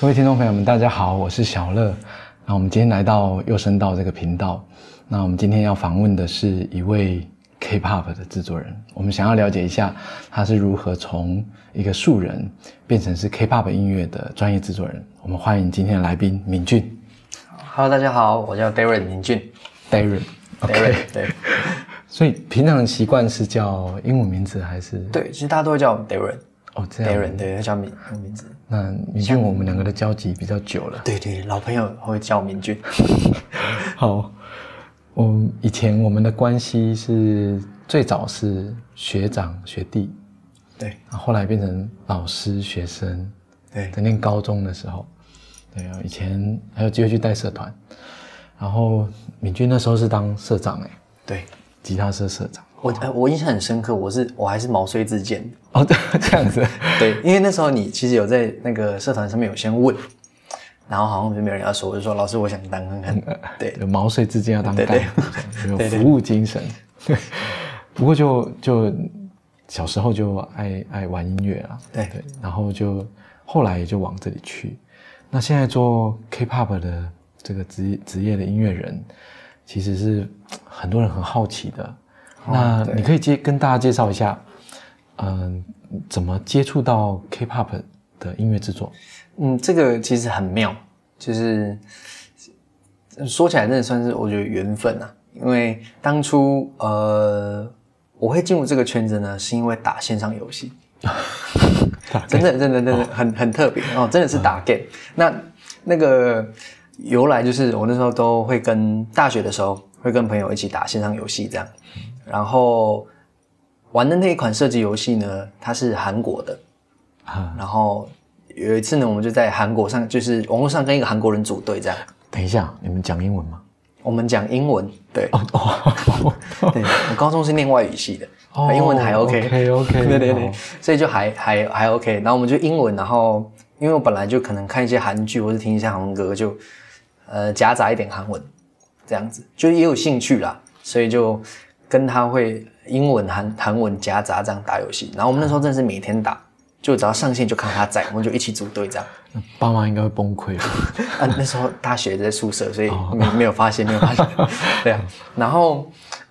各位听众朋友们，大家好，我是小乐。那我们今天来到幼声道这个频道，那我们今天要访问的是一位 K-pop 的制作人，我们想要了解一下他是如何从一个素人变成是 K-pop 音乐的专业制作人。我们欢迎今天的来宾敏俊 Hello，大家好，我叫 Darren 林俊 Darren。 ，Darren 对所以平常的习惯是叫英文名字还是？对，其实大家都会叫我 Darren 哦，这样。 Darren 对，会叫名名字，那敏俊，我们两个的交集比较久了。对对，老朋友会叫我明俊，好，我以前我们的关系是最早是学长学弟，对然后后来变成老师学生。对在念高中的时候，对啊，以前还有机会去带社团，然后敏俊那时候是当社长哎、对，吉他社社长。我呃我印象很深刻，我是我还是毛遂自荐的，哦，对，这样子。对，因为那时候你其实有在那个社团上面有先问，然后好像就没有人要说，我就说老师我想当看看，对有毛遂自荐要当干对部，对这样有服务精神。 不过就就小时候就爱爱玩音乐啦，对然后就后来也就往这里去。那现在做 K-pop 的这个职业职业的音乐人，其实是很多人很好奇的。哦那你可以介跟大家介绍一下，嗯、怎么接触到 K-pop 的音乐制作？嗯，这个其实很妙，就是说起来真的算是我觉得缘分啊。因为当初呃，我会进入这个圈子呢，是因为打线上游戏，真的真的真的很很特别哦，真的是打 game。那那个由来就是我那时候都会跟大学的时候会跟朋友一起打线上游戏这样，然后玩的那一款射击游戏呢，它是韩国的，啊，然后有一次呢，我们就在韩国上，就是网络上跟一个韩国人组队这样，等一下，你们讲英文吗？我们讲英文，对，哦哦，对，我高中是念外语系的，哦英文还 OK， OK，OK，对对对好，所以就还还还 OK。然后我们就英文，然后因为我本来就可能看一些韩剧或是听一些韩文歌，就呃夹杂一点韩文这样子，就也有兴趣啦，所以就跟他会英文韩韩文夹杂这样打游戏。然后我们那时候真的是每天打，就只要上线就看他在，我们就一起组队这样。爸妈应该会崩溃吧。 啊，那时候大学在宿舍，所以没没有发现，没有 发现。对啊，然后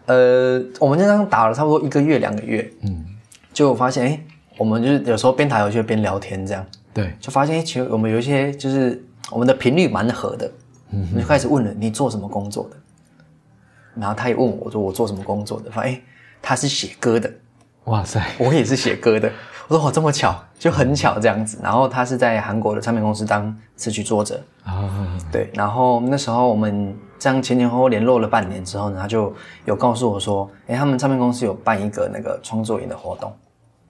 呃，我们这样打了差不多一个月、两个月，嗯，就发现哎、诶我们就是有时候边打游戏边聊天，这样对，就发现哎、诶其实我们有一些就是我们的频率蛮合的，嗯，我们就开始问了你做什么工作的，然后他也问我，我说我做什么工作的，发现哎、诶他是写歌的，哇塞，我也是写歌的。我说哦我这么巧，就很巧这样子。然后他是在韩国的唱片公司当词曲作者，啊，对，然后那时候我们这样前前后后联络了半年之后呢，他就有告诉我说，哎，他们唱片公司有办一个那个创作营的活动，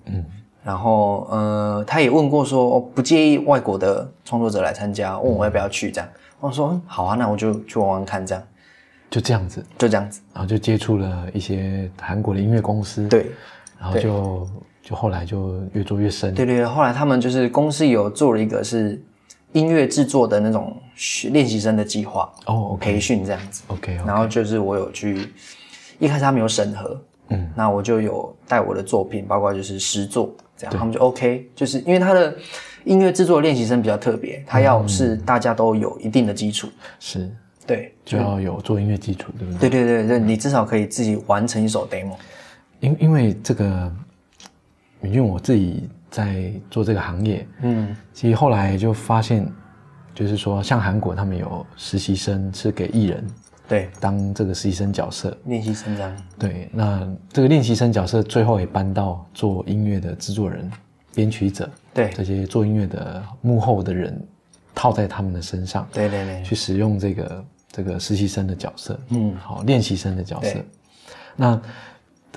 嗯，然后呃，他也问过说，哦，不介意外国的创作者来参加，问我要不要去这样，我说嗯好啊，那我就去玩玩看这样，就这样子，就这样子，然后就接触了一些韩国的音乐公司，，对。然后就就后来就越做越深，对对对，后来他们就是公司有做了一个是音乐制作的那种学练习生的计划哦，OK 培训这样子。 ，OK，哦然后就是我有去，一开始他们有审核，嗯，那我就有带我的作品，包括就是诗作这样，他们就 OK，就是因为他的音乐制作练习生比较特别，他要是大家都有一定的基础，是嗯对，就要有做音乐基础，对不对？对对对对，你至少可以自己完成一首 demo，因因为这个，因为我自己在做这个行业，嗯，其实后来就发现，就是说像韩国他们有实习生是给艺人对，当这个实习生角色，练习生这样，对，那这个练习生角色最后也搬到做音乐的制作人、编曲者，对这些做音乐的幕后的人，套在他们的身上，对对对，去使用这个这个实习生的角色，嗯，好，练习生的角色对。那，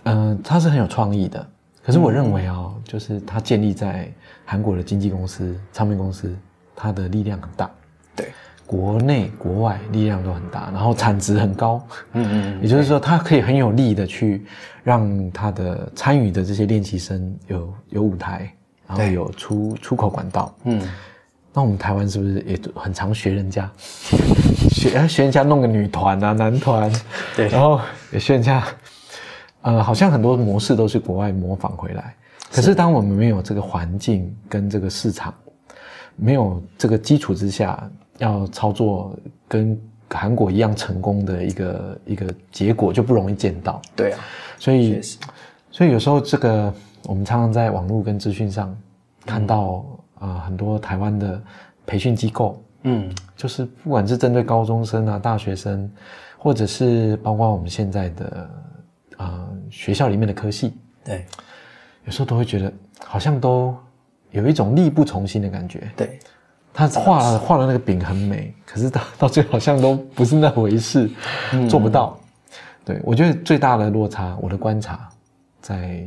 呃，他是很有创意的，可是我认为啊、就是他建立在韩国的经纪公司、唱片公司，它的力量很大，对，国内国外力量都很大，然后产值很高，嗯嗯嗯，也就是说，他可以很有力的去让他的参与的这些练习生有有舞台，然后对有出出口管道。嗯，那我们台湾是不是也很常学人家， 学呃学人家弄个女团啊、男团，对然后也学人家，呃，好像很多模式都是国外模仿回来。可是当我们没有这个环境跟这个市场，没有这个基础之下，要操作跟韩国一样成功的一个一个结果就不容易见到。对啊，所确以，实，所以有时候这个我们常常在网络跟资讯上看到、呃很多台湾的培训机构，嗯，就是不管是针对高中生啊、大学生，或者是包括我们现在的呃学校里面的科系，对有时候都会觉得好像都有一种力不从心的感觉。对，他画了画了那个饼很美，可是到到最后好像都不是那回事，嗯做不到。对我觉得最大的落差，我的观察，在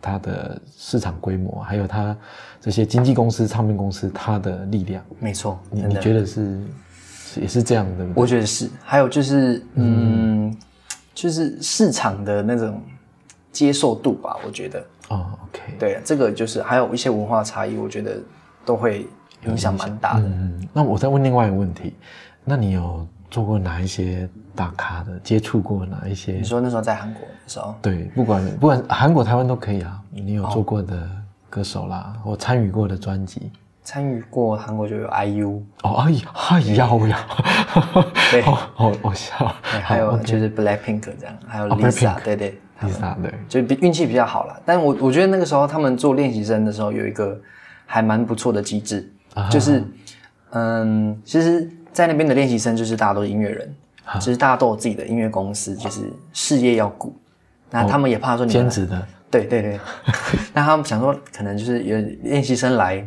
它的市场规模，还有它这些经纪公司、唱片公司它的力量，没错，你真你的。觉得是是也是这样的？我觉得是，还有就是，嗯，就是市场的那种接受度吧，我觉得，哦，OK，对，这个就是还有一些文化差异，我觉得都会影响蛮大的。嗯，那我再问另外一个问题，那你有做过哪一些大咖的，接触过哪一些你？说那时候在韩国的时候，对，不管不管韩国、台湾都可以啊。你哦有做过的歌手啦，或参与过的专辑。参与过韩国就有 IU，哦，哎呀，哎呀，哎呀，对 好好好笑。对还有就是哦 Blackpink 这样，还有哦 Lisa，、 ，Blackpink 对对，他们 Lisa 对，就比运气比较好啦。但我我觉得那个时候他们做练习生的时候有一个还蛮不错的机制，啊就是嗯，其实，在那边的练习生就是大家都是音乐人，就是大家都有自己的音乐公司，就是事业要顾。那他们也怕说你们哦兼来职的对 对对，那他们想说，可能就是有练习生来，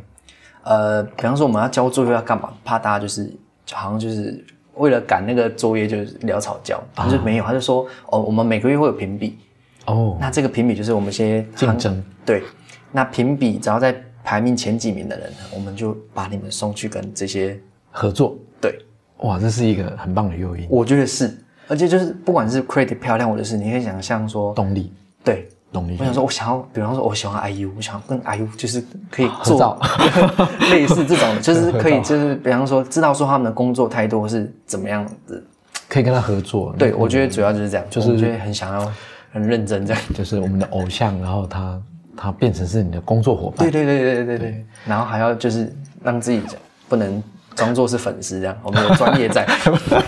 呃，比方说我们要交作业要干嘛，怕大家就是好像就是为了赶那个作业就是聊吵架，啊他就没有，他就说哦，我们每个月会有评比，哦，那这个评比就是我们先竞争对，那评比只要在排名前几名的人，我们就把你们送去跟这些合作，对，哇，这是一个很棒的诱因，我觉得是，而且就是不管是 credit 漂亮，或者是你可以想象说，动力，对，动力我。想说，我想要，比方说，我喜欢 IU，我想要跟 IU 就是可以合做照 类似 这种的，就是可合以，照就是比方说知道说他们的工作态度是怎么样的。可以跟他合作，对，我觉得主要就是这样，就是是觉得很想要很认真这样。就是我们的偶像，然后他他变成是你的工作伙伴对，对对对对对对，然后还要就是让自己讲不能装作是粉丝这样，我们有专 业在，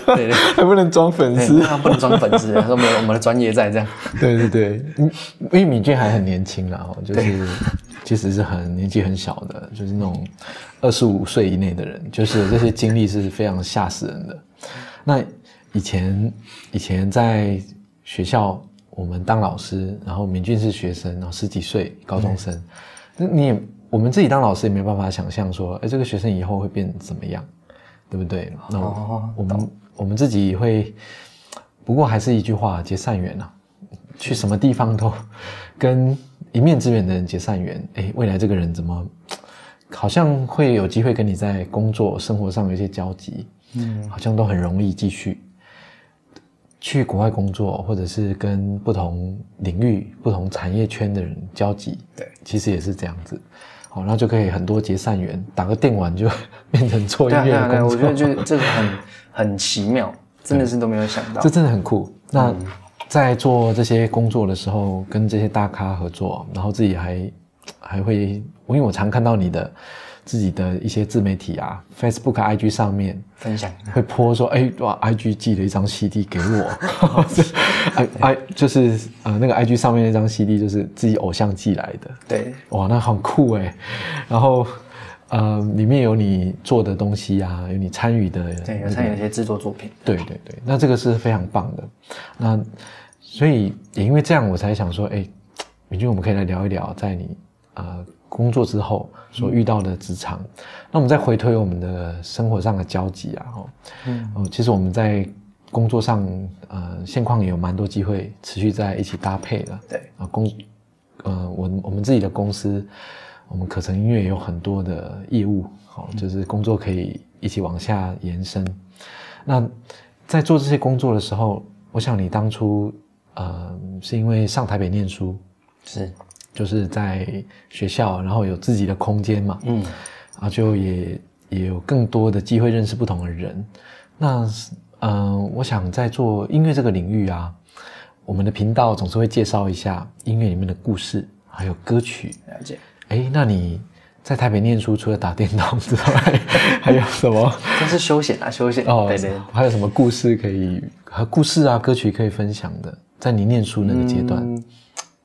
对对还不能装粉对，他不能装粉丝，他说没有我们的专业在这样。对 对对，嗯因为敏俊还很年轻啦，哦，就是 其实是很年纪很小的，就是那种二十五岁以内的人，就是这些经历是非常吓死人的。那以前以前在学校，我们当老师，然后敏俊是学生，然后十几岁高中生，那你也我们自己当老师也没办法想象说，哎，这个学生以后会变怎么样，对不对？那哦我们我们自己会，不过还是一句话，结善缘啊。去什么地方都跟一面之缘的人结善缘，哎，未来这个人怎么好像会有机会跟你在工作生活上有一些交集，嗯，好像都很容易继续去国外工作，或者是跟不同领域、不同产业圈的人交集，对，其实也是这样子。好，那就可以很多结善缘，打个电玩就 变成做音对啊乐对啊的对啊，工我作，觉得就是这个很很奇妙，真的是都没有想到嗯这。真的很酷。那在做这些工作的时候，跟这些大咖合作，然后自己还还会，我因为我常看到你的自己的一些自媒体啊，Facebook、IG 上面分享会泼 说，哎，哇，IG 寄了一张 CD 给我，哎哎，就是呃那个 IG 上面那张 CD 就是自己偶像寄来的，对哇，那很酷哎。然后呃里面有你做的东西啊，有你参与的，对，啊有参与一些制作作品。对对对，那这个是非常棒的。那所以也因为这样，我才想说，哎，明君，我们可以来聊一聊，在你呃工作之后所遇到的职场。那我们再回推我们的生活上的交集啊，哦，嗯哦，其实我们在工作上呃现况也有蛮多机会持续在一起搭配的。对，啊，公，呃，我我们自己的公司，我们可成音乐也有很多的业务，好、就是工作可以一起往下延伸。那在做这些工作的时候，我想你当初，呃，是因为上台北念书，是，就是在学校，然后有自己的空间嘛，嗯，然后就也也有更多的机会认识不同的人。那嗯、呃我想在做音乐这个领域啊，我们的频道总是会介绍一下音乐里面的故事，还有歌曲。了解。哎，那你在台北念书，除了打电动之外，还有什么？真是休闲啊，休闲。哦，对对，还有什么故事可以？和故事啊，歌曲可以分享的，在你念书那个阶段，嗯，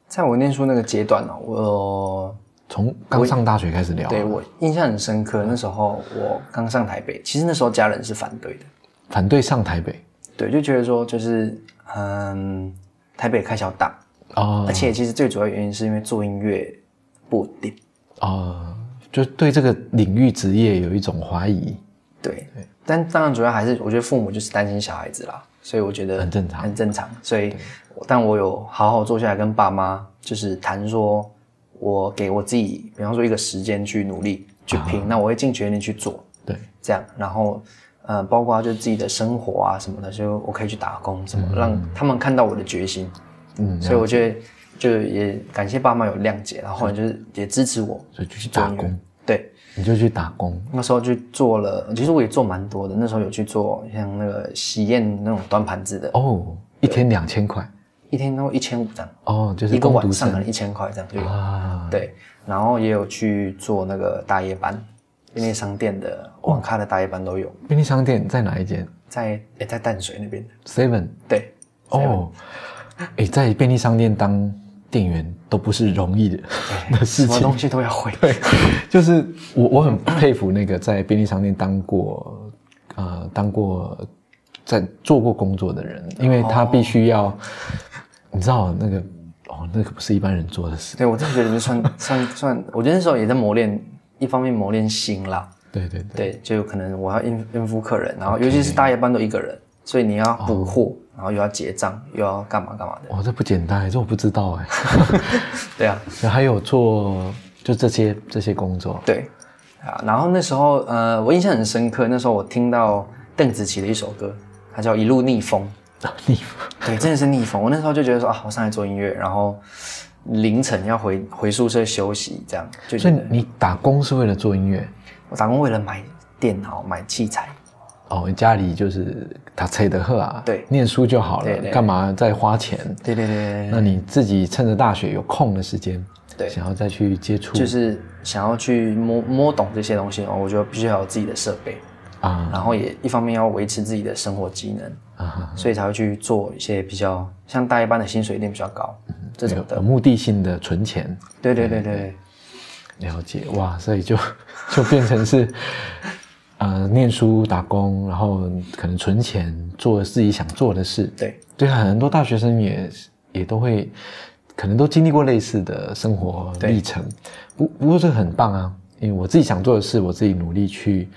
在我念书那个阶段呢、哦我从刚上大学开始聊啊，对我印象很深嗯刻。那时候我刚上台北，其实那时候家人是反对的，反对上台北对，就觉得说就是嗯，台北开销大，哦而且其实最主要原因是因为做音乐不稳定，哦，就对这个领域职业有一种怀疑，对。但当然主要还是我觉得父母就是担心小孩子啦，所以我觉得很正常很正常。所以，我但我有好好坐下来跟爸妈就是谈说，我给我自己，比方说一个时间去努力去拼，啊那我会尽全力去做。对，这样，然后呃，包括就自己的生活啊什么的，就我可以去打工，什么、让他们看到我的决心。嗯，所以我觉得就也感谢爸妈有谅解，然后后来就是也支持我所以就去去做打音乐工，。对，你就去打工，那时候去做了，其实我也做蛮多的。那时候有去做像那个喜宴那种端盘子的，哦，一天两千块，一天都一千五这样，哦，就是一个工读晚上可生能一千块这样就有。啊，对，然后也有去做那个大夜班，便利商店的网咖的大夜班都有，便利商店在哪一间在诶在淡水那边的。 ？Seven，对，哦，哎，在便利商店当店员都不是容易的 的事什么情，东西都要会。对， 就是我我很佩服那个在便利商店当过呃当过在做过工作的人，因为他必须要、你知道那个哦那个不是一般人做的事，对我真的觉 得算算算，我觉得那时候也在磨练，一方面磨练心啦，对对对，对，就有可能我要应应付客人，然后尤其是大夜班都一个人，所以你要补货，哦然后又要结账，又要干嘛干嘛的，哇这不简单，这我不知道哎， 对啊，然后还有做就这些这些工作， 对啊，然后那时候呃，我印象很深刻，那时候我听到邓紫棋的一首歌，它叫《一路逆风》。你对，真的是逆风。我那时候就觉得说啊，我上来做音乐，然后凌晨要回回宿舍休息，这样就觉所以得你打工是为了做音乐我打工为了买电脑、买器材，哦，家里就是打车的喝啊，对念书就好对了对，干嘛再花钱？对对对对那你自己趁着大学有空的时间，对想要再去接触，就是想要去摸摸懂这些东西哦，我觉得必须要有自己的设备，啊然后也一方面要维持自己的生活技啊能，哈，所以才会去做一些比较像大一班的薪水一定比较高这种有的。有目的性的存钱，对对对对对了解哇，所以就 就变成是，呃，念书打工，然后可能存钱做自己想做的事，对，对，啊很多大学生也也都会，可能都经历过类似的生活历程。不不过这个很棒啊，因为我自己想做的事，我自己努力去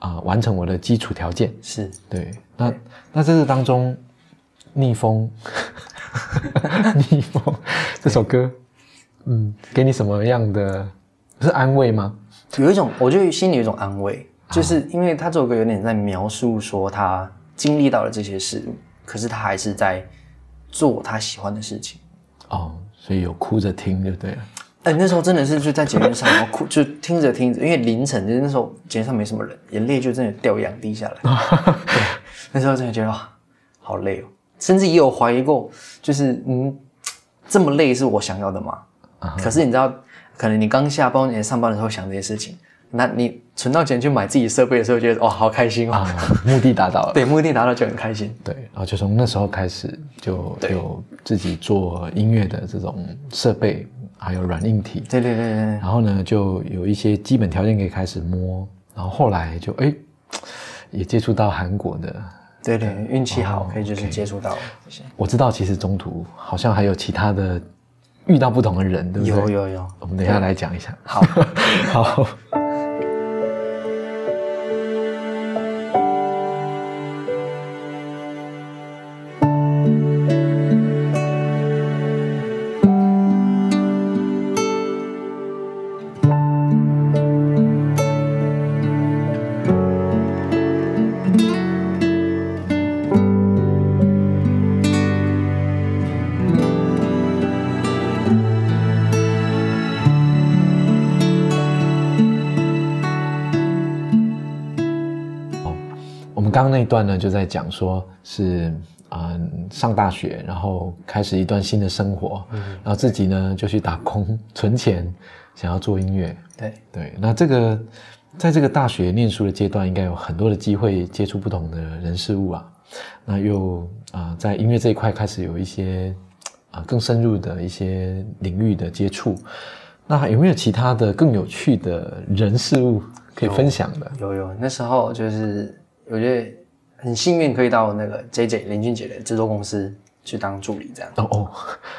啊、完成我的基础条件。是。对，那那在这当中，逆风， 逆风这首歌，嗯，给你什么样的是安慰吗？有一种，我觉得心里有一种安慰，就是因为他这首歌有点在描述说他经历到了这些事，可是他还是在做他喜欢的事情。哦，所以有哭着听就对了。哎、那时候真的是就在节目上，然后哭，就听着听着，因为凌晨就是那时候节目上没什么人，眼泪就真的掉一两 滴下来。对，那时候真的觉得哇，好累哦，甚至也有怀疑过，就是嗯，这么累是我想要的吗？啊可是你知道，可能你刚下班、你上班的时候想这些事情，那你存到钱去买自己设备的时候，觉得哇，好开心哦。啊，目的达到了。对，目的达到就很开心。对，然后就从那时候开始就有自己做音乐的这种设备，还有软硬体，对对对对对，然后呢就有一些基本条件可以开始摸，然后后来就哎也接触到韩国的，对对，运气哦好可以就是接触到这些。我知道其实中途好像还有其他的遇到不同的人，对不对？有有有，我们等一下来讲一下。好， 好。我们刚刚那一段呢，就在讲说是啊、呃上大学，然后开始一段新的生活，嗯然后自己呢就去打工存钱，想要做音乐。对，对，那这个在这个大学念书的阶段，应该有很多的机会接触不同的人事物啊。那又啊、呃在音乐这一块开始有一些啊、呃更深入的一些领域的接触。那有没有其他的更有趣的人事物可以分享的？有有，那时候就是我觉得很幸运可以到那个 J J 林俊杰的制作公司去当助理这样。哦哦，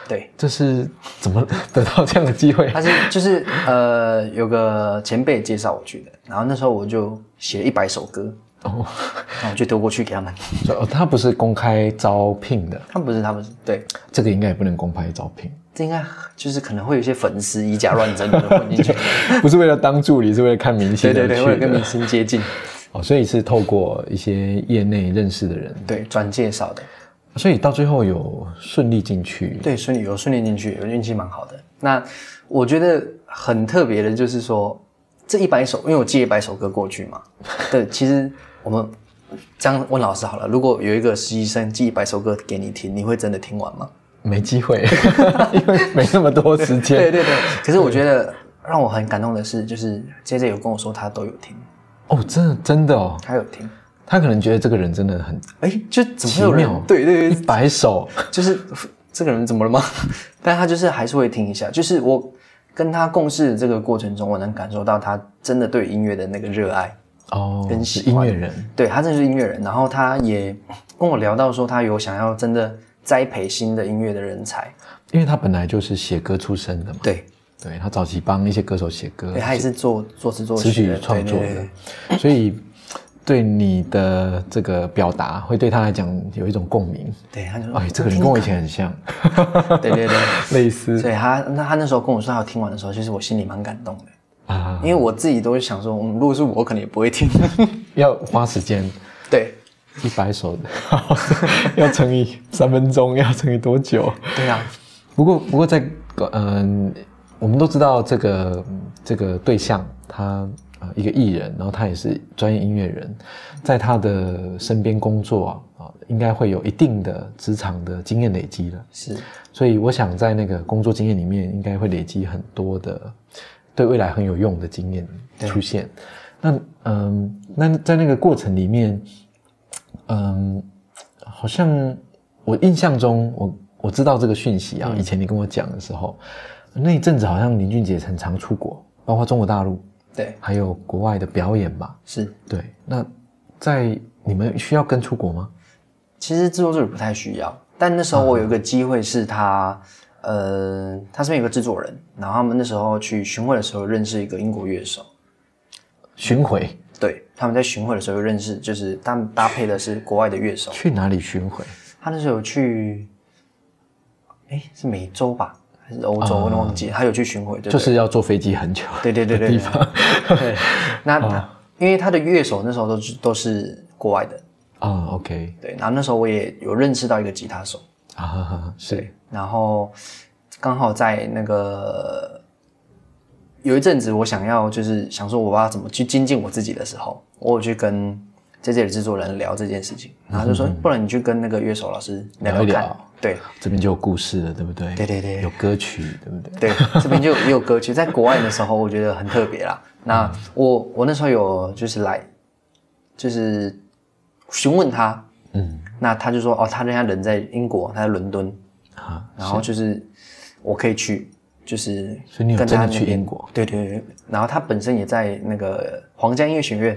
对，这是怎么得到这样的机 会？他是就是呃有个前辈介绍我去的，然后那时候我就写了一百首歌，哦，然后我就丢过去给他们。所以哦他不是公开招聘的，他们不是他们是对，这个应该也不能公开招聘，这应该就是可能会有一些粉丝以假乱真的混进去。不是为了当助理，是为了看明星 对而对对，为了去的跟明星接近，哦，所以是透过一些业内认识的人，对转介绍的。所以到最后有顺利进去。对，顺利有顺利进去，有运气蛮好的。那我觉得很特别的就是说，这一百首，因为我寄一百首歌过去嘛，对，其实我们这样问老师好了，如果有一个实习生寄一百首歌给你听，你会真的听完吗？没机会， 因为没那么多时间。对对对。可是我觉得让我很感动的是，就是 J J 有跟我说他都有听，哦，真的真的哦，他有听，他可能觉得这个人真的很哎，就怎么会有奇妙人？对对一对，百 首，就是这个人怎么了吗？ 但他就是还是会听一下。就是我跟他共事的这个过程中，我能感受到他真的对音乐的那个热爱。哦，跟是喜音欢乐人，对他真的是音乐人，然后他也跟我聊到说，他有想要真的栽培新的音乐的人才。因为他本来就是写歌出身的嘛。对，对他早期帮一些歌手写歌对，他也是做作词作词曲曲的创作对对对的，所以对你的这个表达会对他来讲有一种共鸣。对，他就说哎，这个人跟我以前很像， 对对对， 类似所以他那他那时候跟我说他有听完的时候，其实我心里蛮感动的，啊因，为我自己都想说，嗯，如果是我，我可能也不会听。 要花时间。对，一百首 的，要乘以三分钟，要乘以多久？对啊，不过，不过在嗯、我们都知道这个嗯这个对象，他呃一个艺人，然后他也是专业音乐人，在他的身边工作啊，啊应该会有一定的职场的经验累积了。是。所以，我想在那个工作经验里面，应该会累积很多的对未来很有用的经验出现。那嗯，那在那个过程里面，嗯，好像我印象中，我我知道这个讯息啊，以前你跟我讲的时候，那一阵子好像林俊杰很常出国，包括中国大陆，对，还有国外的表演吧。是。对，那在你们需要跟出国吗？其实制作助理不太需要，但那时候嗯我有一个机会是他，呃，他身边有个制作人，然后他们那时候去巡回的时候认识一个英国乐手，巡回对，他们在巡回的时候认识，就是他们搭配的是国外的乐手，去哪里巡回？他那时候有去，哎，是美洲吧，还是欧洲？我有点忘记，他有去巡回，对不对啊就是要坐飞机很久。对对对对对。对， 那哦他因为他的乐手那时候都是都是国外的，啊、o k 对，然后那时候我也有认识到一个吉他手。啊哈哈，是然后刚好在那个有一阵子，我想要就是想说我要怎么去精进我自己的时候，我有去跟 J J 的制作人聊这件事情，然后他就说，不然你去跟那个乐手老师聊嗯聊一看。聊对这边就有故事了，对不对？对对对有歌曲，对不对？对，这边就有也有歌曲，在国外的时候我觉得很特别啦。那我我那时候有就是来就是询问他，嗯，那他就说哦，他人家人在英国，他在伦敦，啊，然后就是我可以去，就是所以你有跟他真的那去边英国？对对对。然后他本身也在那个皇家音乐学院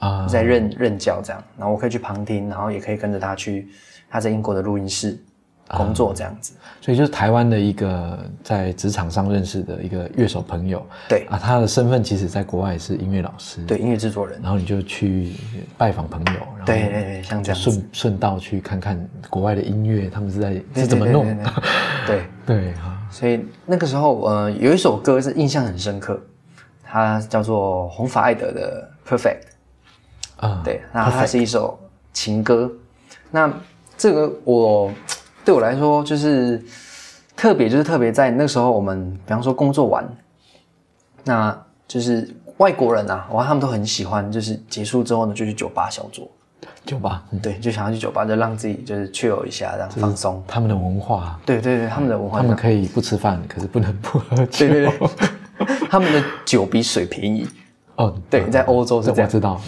啊，在任、任教这样，然后我可以去旁听，然后也可以跟着他去他在英国的录音室啊工作这样子。所以就是台湾的一个在职场上认识的一个乐手朋友，对啊，他的身份其实在国外是音乐老师，，对，音乐制作人，然后你就去拜访朋友，然后对对对，像这样子，顺顺道去看看国外的音乐，他们是在对是怎么弄？对对对对对对啊，所以那个时候，呃，有一首歌是印象很深刻，它叫做红发艾德的《Perfect》。啊，对，那它是一首情歌。那这个我对我来说就是特别，就是特别在那时候我们，比方说工作完，那就是外国人啊，哇，他们都很喜欢，就是结束之后呢就去酒吧小酌，酒吧，嗯对，就想要去酒吧，就让自己就是 chill 一下，这样放松。他们的文化，对对对，他们的文化他这们样，可以不吃饭，可是不能不喝酒。对对对，他们的酒比水便宜，哦，对在欧洲是这这我样知道。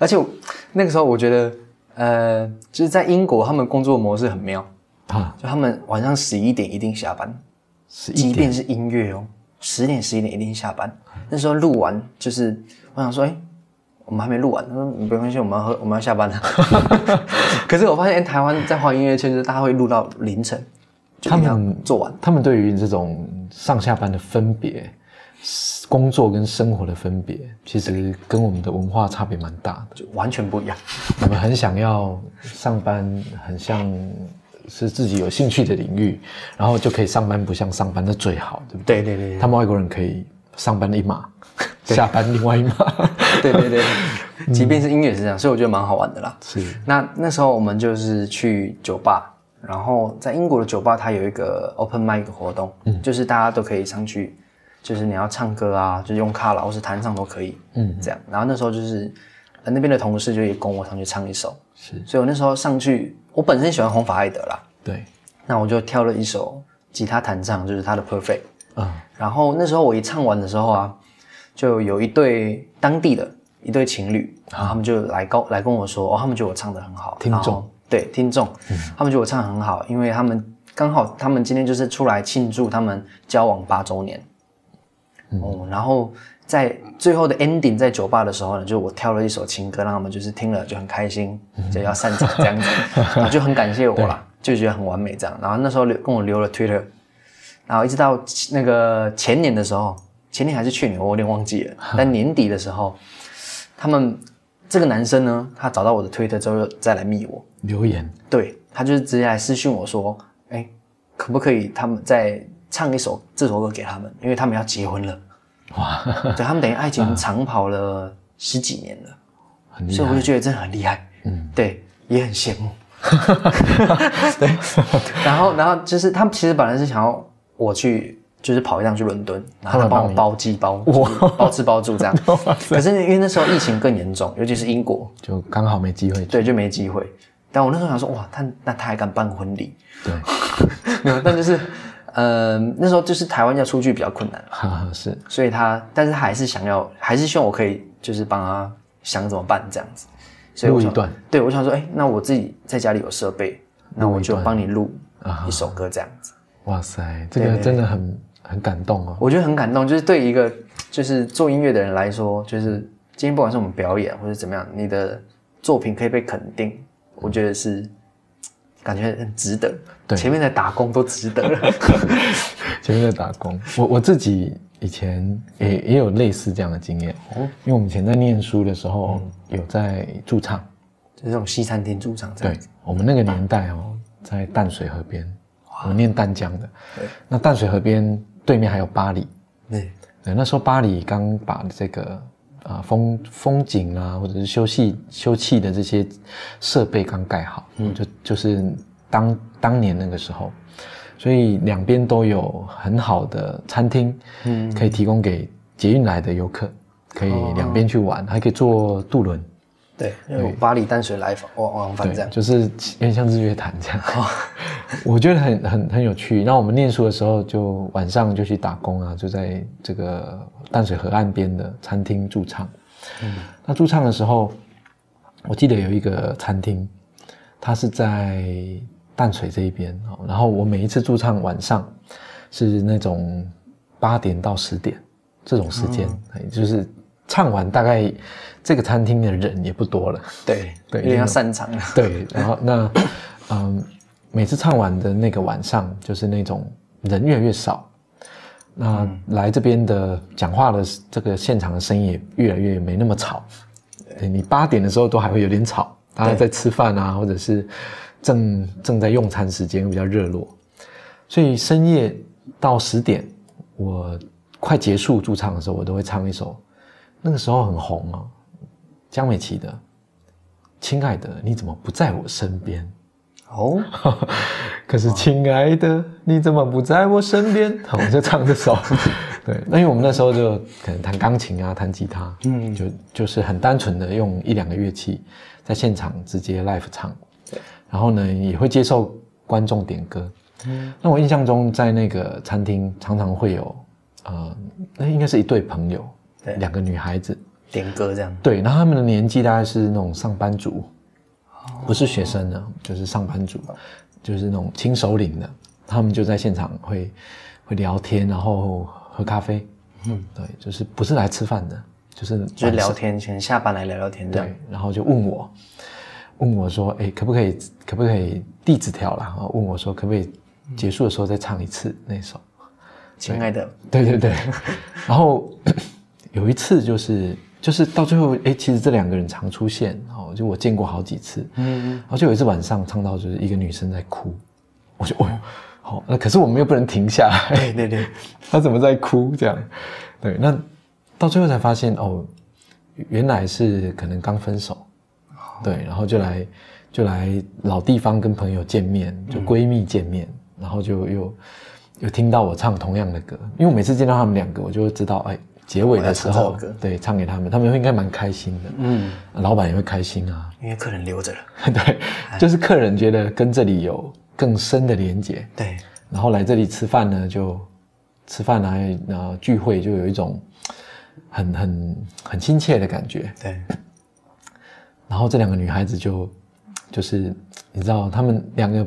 而且我那个时候我觉得，呃，就是在英国他们工作模式很妙，啊，就他们晚上十一点一定下班，十即一便点是音乐哦，十点十一点一定下班。那时候录完就是，我想说，哎、我们还没录完，他说没关系，我们要喝，我们要下班了。可是我发现，哎台湾在华语音乐圈，就是大家会录到凌晨，就一定他要们做完。他们对于这种上下班的分别，是工作跟生活的分别，其实跟我们的文化差别蛮大的。就完全不一样，我们很想要上班，很像是自己有兴趣的领域，然后就可以上班不像上班，那最好，对不对？对对对他们外国人可以上班一码，下班另外一码。对对对对，即便是音乐也是这样，所以我觉得蛮好玩的啦。是那那时候我们就是去酒吧，然后在英国的酒吧它有一个 open mic 活动，就是大家都可以上去，就是你要唱歌啊，就是用卡拉或是弹唱都可以，嗯，这样。然后那时候就是、呃那边的同事就也跟我上去唱一首，是，所以我那时候上去，我本身喜欢红发艾德啦，对，那我就挑了一首吉他弹唱，就是他的 perfect。啊、然后那时候我一唱完的时候啊，就有一对当地的一对情侣，然后他们就来告来跟我说，哦，他们觉得我唱的很好，啊听众嗯然后对听众，他们觉得我唱得很好，因为他们刚好他们今天就是出来庆祝他们交往八周年，嗯哦，然后在最后的 ending 在酒吧的时候呢，就我挑了一首情歌，让他们就是听了就很开心，嗯就要散场这样子，然后就很感谢我 啦，就觉得很完美这样。然后那时候留跟我留了 Twitter，然后一直到那个前年的时候，前年还是去年，我有点忘记了，但年底的时候，他们这个男生呢，他找到我的 Twitter 之后又再来密我，留言对他就是直接来私讯我说，哎，可不可以他们再唱一首这首歌给他们，因为他们要结婚了。哇， 嗯对他们等于爱情长跑了十几年了，很厉所以我就害。觉得真的很厉害。嗯，对，也很羡慕。 对，然后然后就是他们其实本来是想要我去。就是跑一趟去伦敦，然后他帮我包机包，就是包吃包住 这样。可是因为那时候疫情更严重，尤其是英国，就刚好没机会 去，对，就没机会。但我那时候想说，哇，他那他还敢办婚礼？对， 没有，但就是，呃，那时候就是台湾要出去比较困难，哈哈，是所以他，但是他还是想要，还是希望我可以就是帮他想怎么办这样子。所以我录一想段，对我想说，哎、那我自己在家里有设备，那我就帮你录啊一首歌这样子。哇塞，这对个对真的很很感动哦。我觉得很感动，就是对一个就是做音乐的人来说，就是今天不管是我们表演或者怎么样，你的作品可以被肯定，我觉得是感觉很值得。对前面的打工都值得 了。前面在打工，我我自己以前也也有类似这样的经验，因为我们以前在念书的时候有在驻唱，就是这种西餐厅驻场这样对子，我们那个年代哦，在淡水河边，我念淡江的，那淡水河边对面还有巴黎，对，对，那时候巴黎刚把这个啊、呃风风景啊，或者是休憩休憩的这些设备刚盖好，嗯，就就是当当年那个时候，所以两边都有很好的餐厅，嗯，可以提供给捷运来的游客，可以两边去玩，还可以坐渡轮，对，因为我巴黎淡水来访往往返对，这样。就是有点像日月潭这样。 我觉得很很很有趣。那我们念书的时候，就晚上就去打工啊，就在这个淡水河岸边的餐厅驻唱。那驻唱的时候，我记得有一个餐厅，它是在淡水这一边哦。然后我每一次驻唱晚上是那种八点到十点这种时间，哎就是唱完大概这个餐厅的人也不多了。对对有点要擅长了。 对，然后那，嗯，每次唱完的那个晚上，就是那种人越来越少，那来这边的讲话的这个现场的声音也越来越没那么吵。对你八点的时候都还会有点吵，大家在吃饭啊，或者是正正在用餐时间比较热络，所以深夜到十点，我快结束驻唱的时候，我都会唱一首，那个时候很红哦，江美琪的。亲爱的，你怎么不在我身边？ 哦， 可是，亲爱的，你怎么不在我身边？好我就唱这首，对，那因为我们那时候就可能弹钢琴啊，弹吉他，嗯，就就是很单纯的用一两个乐器在现场直接 live 唱，然后呢也会接受观众点歌。那我印象中在那个餐厅常常会有，呃，那应该是一对朋友，对两个女孩子，点歌这样，对，然后他们的年纪大概是那种上班族，哦不是学生呢，就是上班族，就是那种轻首领的，他们就在现场会会聊天，然后喝咖啡，嗯，对，就是不是来吃饭的，就是就是聊天，前下班来聊聊天这样。对，然后就问我，问我说，哎，可不可以，可不可以递纸条啦？然后问我说，可不可以结束的时候再唱一次那首？亲爱的，对对 对，然后 有一次就是就是到最后，哎，其实这两个人常出现哦，就我见过好几次，嗯，然后就有一次晚上唱到就是一个女生在哭，我就哦，好、那可是我们又不能停下来，对对对， 他怎么在哭？这样，对，那到最后才发现哦，原来是可能刚分手，哦对，然后就来就来老地方跟朋友见面，嗯就闺蜜见面，然后就又又听到我唱同样的歌，因为我每次见到他们两个，我就会知道，哎，结尾的时我要候唱这首歌，对，唱给他们，他们应该蛮开心的，嗯，老板也会开心啊， 因为客人留着了，对，哎就是客人觉得跟这里有更深的连结，对，然后来这里吃饭呢，就吃饭来呃聚会，就有一种很很很亲切的感觉。对，然后这两个女孩子就就是你知道，她们两个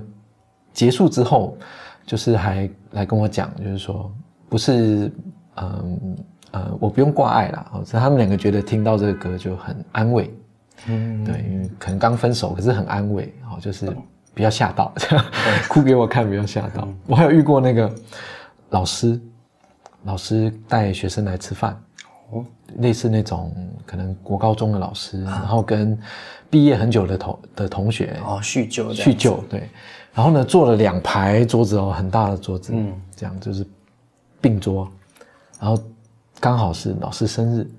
结束之后，就是还来跟我讲，就是说不是嗯呃我不用挂碍啦，哦，是她们两个觉得听到这个歌就很安慰，嗯，对，因为可能刚分手，可是很安慰，哦，就是不要吓到，这样 哭给我看，不要吓到。嗯我还有遇过那个老师，老师带学生来吃饭，哦类似那种可能国高中的老师，然后跟毕业很久的同的同学啊哦，叙旧这叙样，旧，对，然后呢坐了两排桌子哦，很大的桌子，嗯这样就是并桌，然后刚好是老师生日，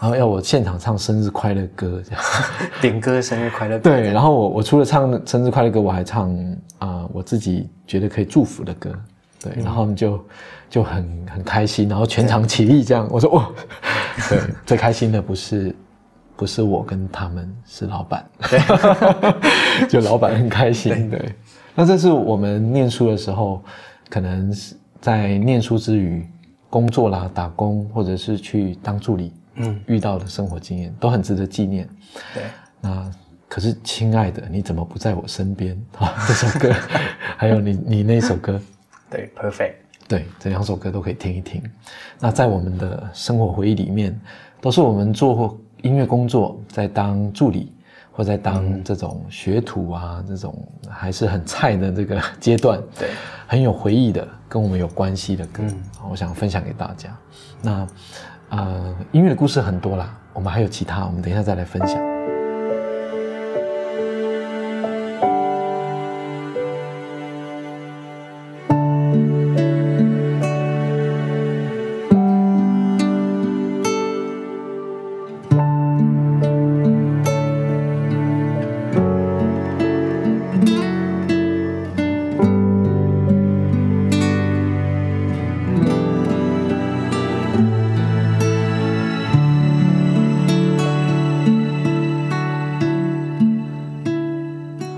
然后要我现场唱生日快乐歌这样， 点歌生日快乐，对，然后我我除了唱生日快乐歌，我还唱啊、呃我自己觉得可以祝福的歌，对，然后他们就就很很开心，然后全场起立这样，我说哇，对， 最开心的不是不是我跟他们，是老板， 就老板很开心，对，那这是我们念书的时候，可能是在念书之余工作啦、打工或者是去当助理，嗯，遇到的生活经验都很值得纪念，对，那可是，亲爱的，你怎么不在我身边？ 啊，这首歌，还有你你那首歌，对，perfect，对，这两首歌都可以听一听。那在我们的生活回忆里面，都是我们做音乐工作，在当助理或在当这种学徒啊，这种还是很菜的这个阶段，对，很有回忆的，跟我们有关系的歌，我想分享给大家。那呃，音乐的故事很多啦，我们还有其他，我们等一下再来分享。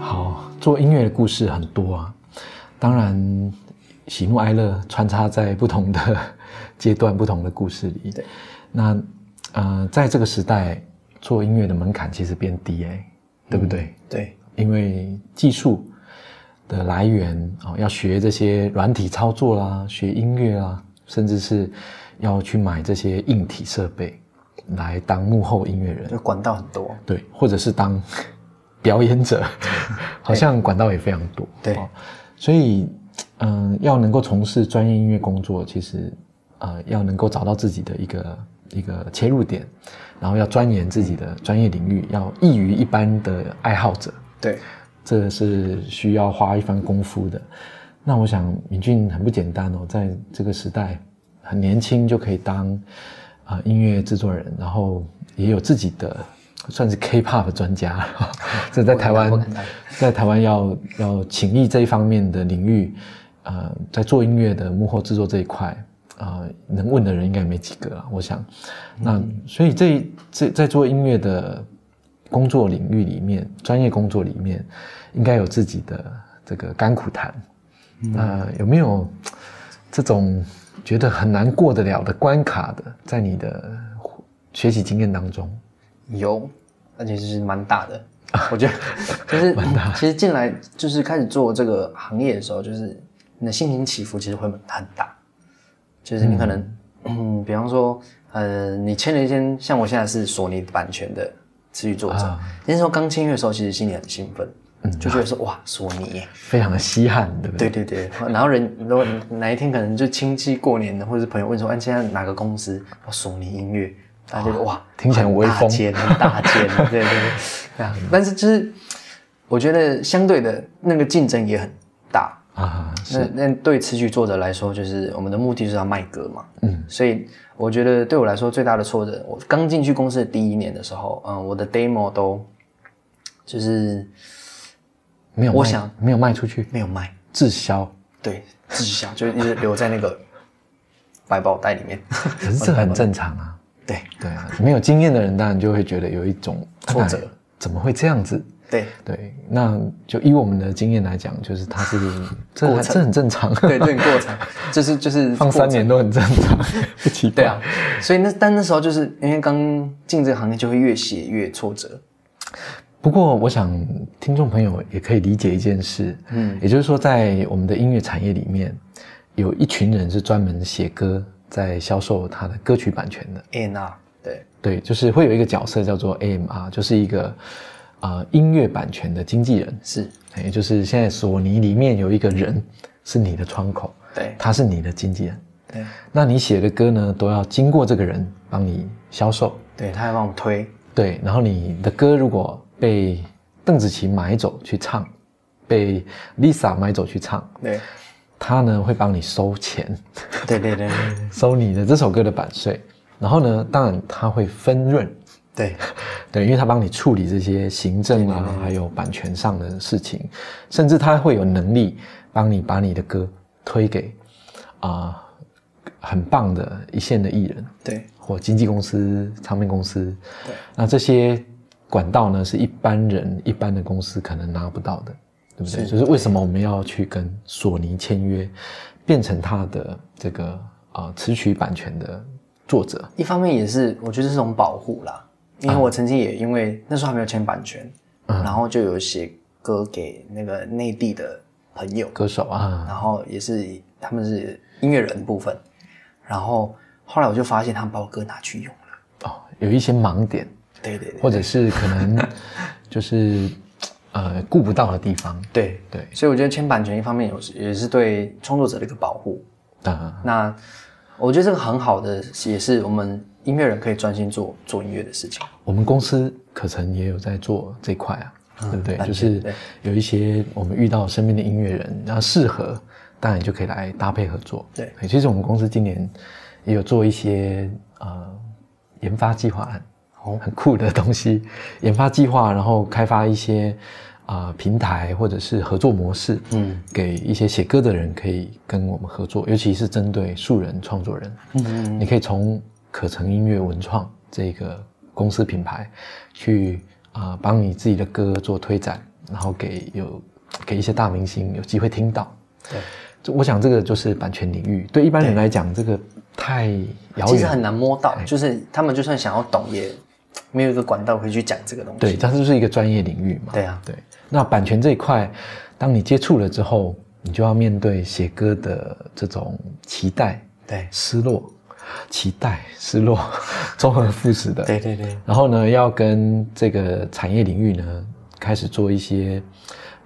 好，做音乐的故事很多啊，当然喜怒哀乐穿插在不同的阶段、不同的故事里。对，那呃，在这个时代做音乐的门槛其实变低哎、对不对？对，因为技术的来源哦，要学这些软体操作啦，学音乐啦，甚至是要去买这些硬体设备来当幕后音乐人。就管道很多，对，或者是当 表演 者，好像管道也非常多。对哦所以嗯、要能够从事专业音乐工作，其实呃，要能够找到自己的一个一个切入点，然后要钻研自己的专业领域，要异于一般的爱好者，对，这是需要花一番功夫的。那我想，敏俊很不简单哦，在这个时代，很年轻就可以当啊、呃音乐制作人，然后也有自己的算是 K-pop 专家， 这在台不湾敢当， 在台湾要要请益这一方面的领域，呃，在做音乐的幕后制作这一块，啊、呃能问的人应该也没几个啊，我想。那嗯所以这这在做音乐的工作领域里面，专业工作里面，应该有自己的这个甘苦谈。嗯那有没有这种觉得很难过得了的关卡的，在你的学习经验当中？有，而且是蛮大的。我 觉得就是蛮大。其实进来就是开始做这个行业的时候，就是你的心情起伏其实会很大。就是你可能，嗯，比方说，呃，你签了一间，像我现在是索尼版权的词语作者，那时候刚签约的时候，其实心里很兴奋，就觉得说哇，索尼耶，非常的稀罕，对不对？对对对，然后人如果哪一天可能就亲戚过年的，或者是朋友问说，哎、现在哪个公司？哦，索尼音乐，大家就哇，听起来很威风大间很大 间，对对对，啊，但是就是我觉得相对的那个竞争也很大，啊，那那对词曲作者来说，就是我们的目的就是要卖歌嘛。嗯，所以我觉得对我来说最大的挫折，我刚进去公司的第一年的时候，嗯，我的 demo 都就是没有卖，我想没有卖出去，没有卖，滞销，对，自己想就一直留在那 个百宝袋里面。可是这很正常啊。对对啊，没有经验的人当然就会觉得有一种挫折，啊怎么会这样子？对对，那就以我们的经验来讲，就是它是这过很程这很正 常，对，这个过程就是就是 放三过程年都很正常，不奇怪。对啊，所以那但那时候就是因为刚进这个行业，就会越写越挫折。不过，我想听众朋友也可以理解一件事，嗯，也就是说，在我们的音乐产业里面，有一群人是专门写歌，在销售他的歌曲版权的。 A N R 对，对，就是会有一个角色叫做 AMR，就是一个呃音乐版权的经纪人，是，也就是现在索尼里面有一个人是你的窗口，对他是你的经纪人。对那你写的歌呢，都要经过这个人帮你销售，对，他还帮我推，对，然后你的歌如果被邓紫棋买走去唱，被 Lisa 买走去唱，对。他呢会帮你收钱，对对对收你的这首歌的版税。然后呢，当然他会分润，对对，因为他帮你处理这些行政啊，还有版权上的事情，甚至他会有能力帮你把你的歌推给啊、很棒的一线的艺人。对或经纪公司、唱片公司，那这些管道呢，是一般人、一般的公司可能拿不到的，对不对？就是为什么我们要去跟索尼签约，变成他的这个啊、呃词曲版权的作者？一方面也是我觉得是种保护啦，因为我曾经也因为那时候还没有签版权，嗯然后就有写歌给那个内地的朋友，歌手啊，然后也是他们是音乐人部分，然后后来我就发现他们把我歌拿去用了，哦，有一些盲点，对对对或者是可 能就是呃顾不到的地方，对对所以我觉得签版权一方面有也是对创作者的一个保护，啊、那我觉得这个很好的也是我们音乐人可以专心做做音乐的事情，我们公司可成也有在做这块啊，对不对？感就觉是嗯对有一些我们遇到身边的音乐人，然后适合，当然就可以来搭配合作。对，其实我们公司今年也有做一些呃研发计划案，哦很酷的东西， 研发计划，然后开发一些啊、呃平台或者是合作模式，嗯，给一些写歌的人可以跟我们合作，尤其是针对素人创作人，嗯，你可以从可成音乐文创这个公司品牌去啊、呃帮你自己的歌做推展，然后给有给一些大明星有机会听到。对，这我想这个就是版权领域，对一般人来讲，这个太遥远，其实很难摸到，就是他们就算想要懂，也没有一个管道可以去讲这个东西。对，它就是一个专业领域嘛。对啊对。那版权这一块，当你接触了之后，你就要面对写歌的这种期待、对失落、期待、失落， 周而复始的。对对对然后呢，要跟这个产业领域呢，开始做一些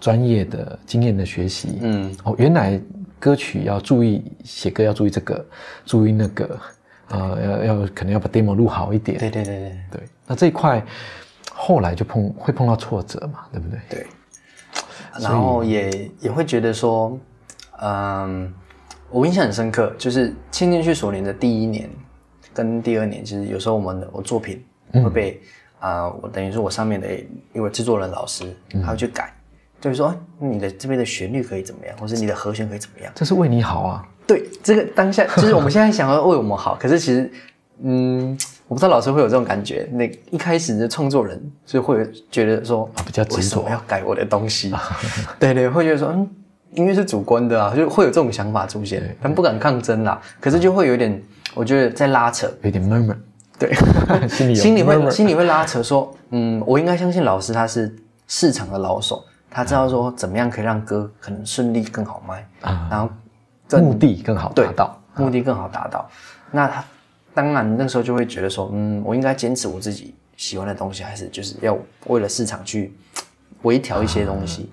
专业的经验的学习。嗯，哦，原来歌曲要注意写歌要注意这个，注意那个，啊、要要可能要把 demo 录好一点。对对对对对，那这一块后来就碰会碰到挫折嘛，对不对？对。然后也也会觉得说，嗯，我印象很深刻，就是签进去索尼的第一年跟第二年，其实有时候我们的我作品会被啊、呃我等于说我上面的一位制作人老师，他会去改，就是说哎你的这边的旋律可以怎么样，或是你的和弦可以怎么样。这是为你好啊，对，这个当下就是我们现在想要为我们好，可是其实，嗯，我不知道老师会有这种感觉。那一开始的创作人就会觉得说，啊啊比较执着为什么要改我的 东西？对对，会觉得说，嗯，音乐是主观的啊，就会有这种想法出现，但不敢抗争啦。可是就会有点，我觉得在拉扯，有点 murmur， 对， 心里有嗯心里 murmur 会心里会拉扯说，嗯，我应该相信老师他是市场的老手，他知道说怎么样可以让歌可能顺利更好卖，啊然后更目的更好对达到。目的更好达到。那他当然那时候就会觉得说，嗯，我应该坚持我自己喜欢的东西，还是就是要为了市场去嘖微调一些东西。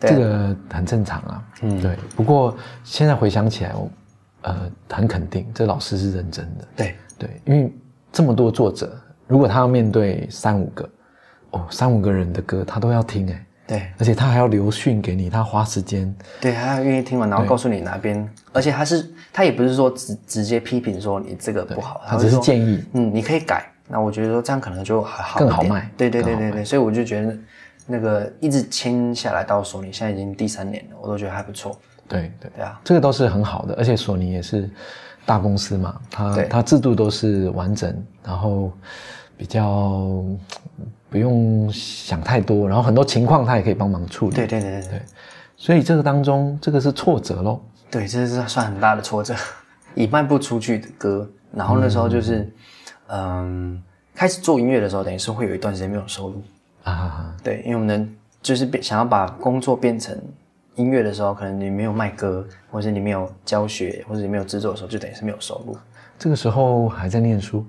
对啊这个很正常啊。嗯，对。不过现在回想起来，我呃很肯定，这老师是认真的。对对，因为这么多作者，如果他要面对三五个，哦，三五个人的歌，他都要听哎、对而且他还要留讯给你，他花时间。对，他愿意听完，然后告诉你哪边，而且他是他也不是说直直接批评说你这个不好，他只是哦会说建议嗯，你可以改。那我觉得说这样可能就还好更好一点卖对对更对好对对，所以我就觉得那个一直签下来到索尼，现在已经第三年了，我都觉得还不错。对对对啊，这个都是很好的，而且索尼也是大公司嘛，它对它制度都是完整，然后比较嗯不用想太多，然后很多情况它也可以帮忙处理。对对对对对。所以这个当中，这个是挫折咯。对，这是算很大的挫折， 以卖不出去的歌。然后那时候就是，嗯，开始做音乐的时候，等于是会有一段时间没有收入。啊，对，因为我们就是变想要把工作变成音乐的时候，可能你没有卖歌，或者是你没有教学，或者你没有制作的时候，就等于是没有收入。这个时候还在念书。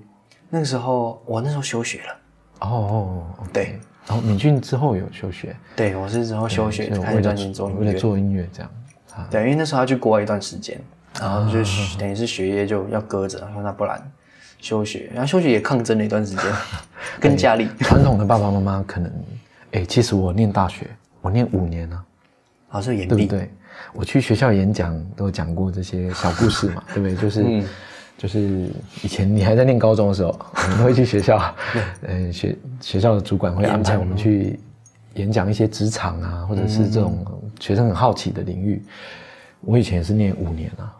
那个时候，我那时候休学了。哦哦，哦对。然后敏俊之后有休学，对，我是之后休学嗯所以我开为了始专心做音为乐了。做音乐这样啊，对，因为那时候要去国外一段时间，然后就是学等于是学业就要搁着，然后那不然休学，然后休学也抗争了一段时间， 跟家里。传统的爸爸妈妈可能，哎，其实我念大学，我念五年啊，好像岩对壁，不对？我去学校演讲都讲过这些小故事嘛，对不对？就是、就是以前你还在念高中的时候，我们都会去学校，嗯，学学校的主管会安排我们去演讲一些职场啊，或者是这种学生很好奇的领域。我以前也是念五年啊，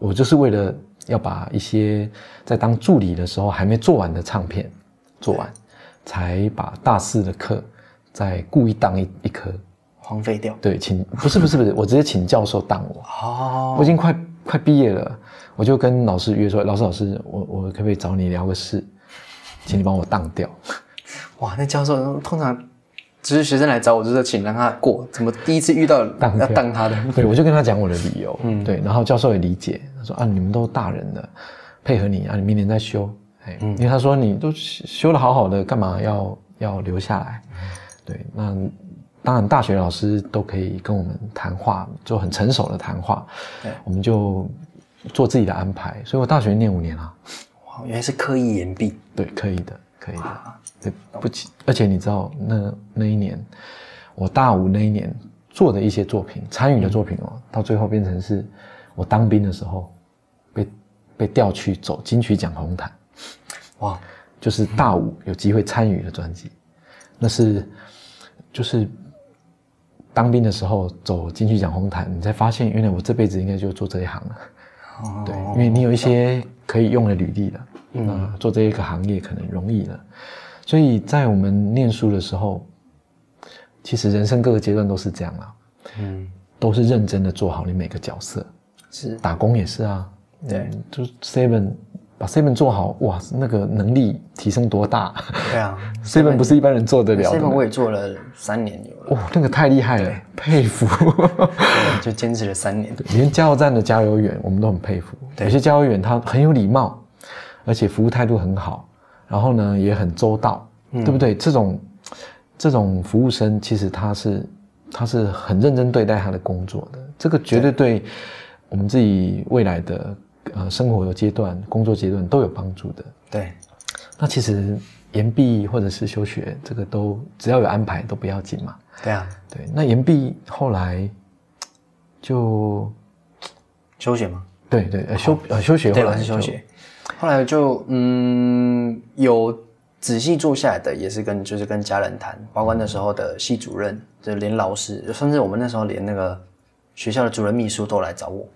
我就是为了要把一些在当助理的时候还没做完的唱片做完，才把大四的课再故意当一一科。荒废掉。对，请不是不是不是，我直接请教授当我，哦，我已经快快毕业了，我就跟老师约说，老师老师，我我可不可以找你聊个事，请你帮我当掉。哇，那教授通常就是学生来找我，就是请让他过，怎么第一次遇到当要掉当他的？对，我就跟他讲我的理由，嗯，对，然后教授也理解，他说啊，你们都大人了，配合你啊，你明年再修，哎，因为他说你都修修的好好的，干嘛要要留下来？对，那当然大学老师都可以跟我们谈话，就很成熟的谈话，对我们就做自己的安排，所以我大学念五年啊，哇，原来是刻意岩壁。对，可以的，可以的，对，不起，而且你知道那那一年，我大五那一年做的一些作品，参与的作品哦，到最后变成是我当兵的时候被被调去走金曲奖红毯，哇，就是大五有机会参与的专辑，那是就是当兵的时候走金曲奖红毯，你才发现原来我这辈子应该就做这一行了。哦嗯对，因为你有一些可以用的履历了，那做这一个行业可能容易了。所以在我们念书的时候，其实人生各个阶段都是这样啦，嗯，都是认真的做好你每个角色。是打工也是啊，对嗯，就 seven 把 seven 做好，哇，那个能力提升多 大对啊。 ！seven 不是一般人做得了的这份呢。我也做了三年有了，哇、那个太厉害了，佩 服！对就坚持了三年。连加油站的加油员，我们都很佩服。有些加油员他很有礼貌，而且服务态度很好，然后呢也很周到，对不对？这种这种服务生，其实他是他是很认真对待他的工作的，这个绝对对我们自己未来的呃生活阶段、工作阶段都有帮助的。对，那其实延毕或者是休学，这个都只要有安排都不要紧嘛。对啊，对，那延毕后来就休学吗？对对，呃休呃休学哦对，后我来是休就学。后来就嗯，有仔细做下来的，也是跟就是跟家人谈，包括那时候的系主任，就连老师，甚至我们那时候连那个学校的主任秘书都来找我，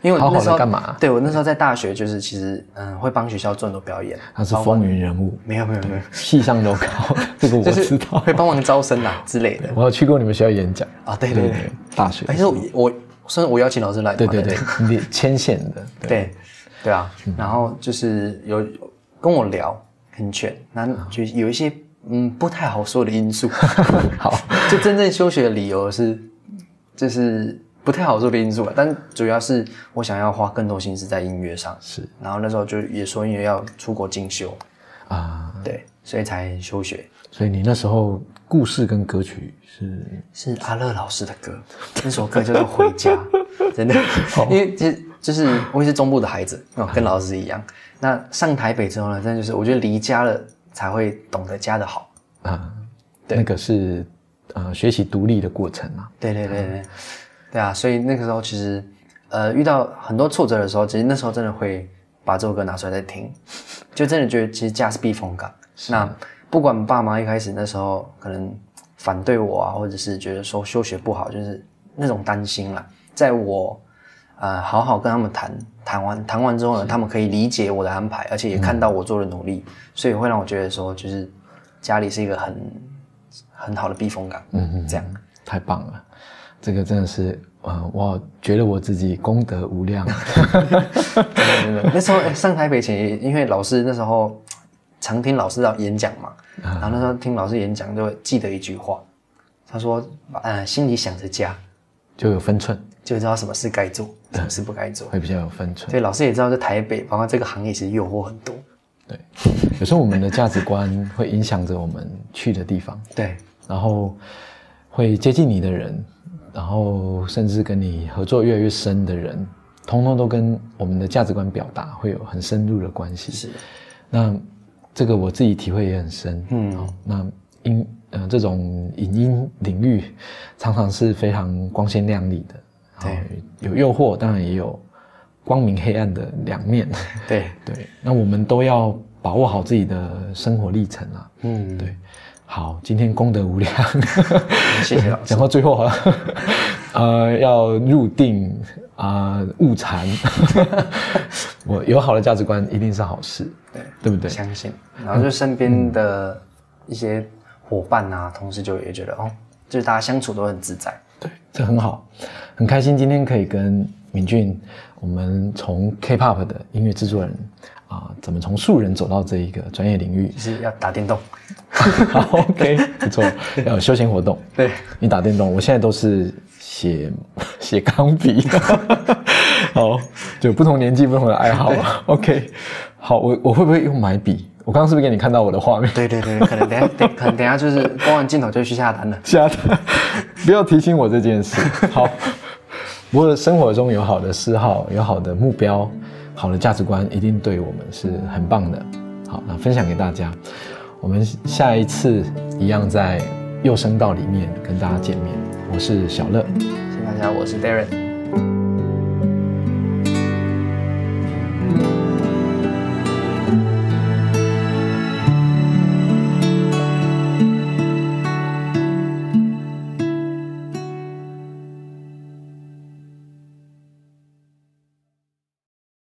因为好我好那时候的干嘛对我那时候在大学就是其实嗯会帮学校做很多表演，他是风云人物，没有没有没有，气象都高， 这个我就是知道。会帮忙招生啦之类的我有去过你们学校演讲，啊，对对对对，大学而且我我算是我邀请老师来对的嘛，对对，你牵线的，对对对啊，然后就是有跟我聊很全，那就有一些嗯不太好说的因素。好，就真正休学的理由是，就是不太好说的因素吧。但主要是我想要花更多心思在音乐上，是然后那时候就也说因为要出国进修，啊、对，所以才休学。所以你那时候故事跟歌曲是是阿乐老师的歌，那首歌叫做《回家》，真的，因为其实就是我也是中部的孩子，哦跟老师一样。那上台北之后呢，真的就是我觉得离家了才会懂得家的好。啊、那个是呃学习独立的过程啊嘛，对对对对，对啊，所以那个时候其实呃遇到很多挫折的时候，其实那时候真的会把这首歌拿出来再听，就真的觉得其实家是避风港。那不管爸妈一开始那时候可能反对我啊，或者是觉得说休学不好，就是那种担心啦，在我呃好好跟他们谈谈完谈完之后呢，他们可以理解我的安排，而且也看到我做的努力，所以会让我觉得说就是家里是一个很很好的避风港，嗯嗯，这样。太棒了，这个真的是呃，我觉得我自己功德无量， 真的 那时候、哎上台北前也，因为老师那时候常听老师的演讲嘛，然后那时候听老师演讲就会记得一句话，他说：“呃，心里想着家，就有分寸，就知道什么事该做，什么事不该做。会比较有分”寸。所以老师也知道，在台北，包括这个行业，其实诱惑很多。对， 有时候我们的价值观会影响着我们去的地方，对，然后会接近你的人，然后甚至跟你合作越来越深的人，通通都跟我们的价值观表达会有很深入的关系。是，那这个我自己体会也很深。嗯，那音呃这种影音领域，常常是非常光鲜亮丽的，对然后有诱惑，当然也有光明黑暗的两面。对，对，那我们都要把握好自己的生活历程啊。嗯，对，好，今天功德无量，谢谢老 师讲。到最后好了，呃，要入定啊、悟禅， 我有好的价值观一定是好事，对对不对？相信。然后就身边的一些伙伴啊，同事就也觉得哦，就是大家相处都很自在。对，这很好，很开心今天可以跟敏俊，我们从 K-pop 的音乐制作人啊、怎么从素人走到这一个专业领域就是要打电动， 好，OK，不错，要有休闲活动。对，你打电动，我现在都是写写钢笔。好，就不同年纪不同的爱好。OK，好，我我会不会用买笔？我刚刚是不是给你看到我的画面？对对对，可能等下等，可能等下就是播完镜头就去下单了。吓他，不要提醒我这件事。好，我的生活中有好的嗜好，有好的目标，好的价值观，一定对我们是很棒的。好，那分享给大家。我们下一次一样在右声道里面跟大家见面。我是小乐，谢谢大家，我是 Darren。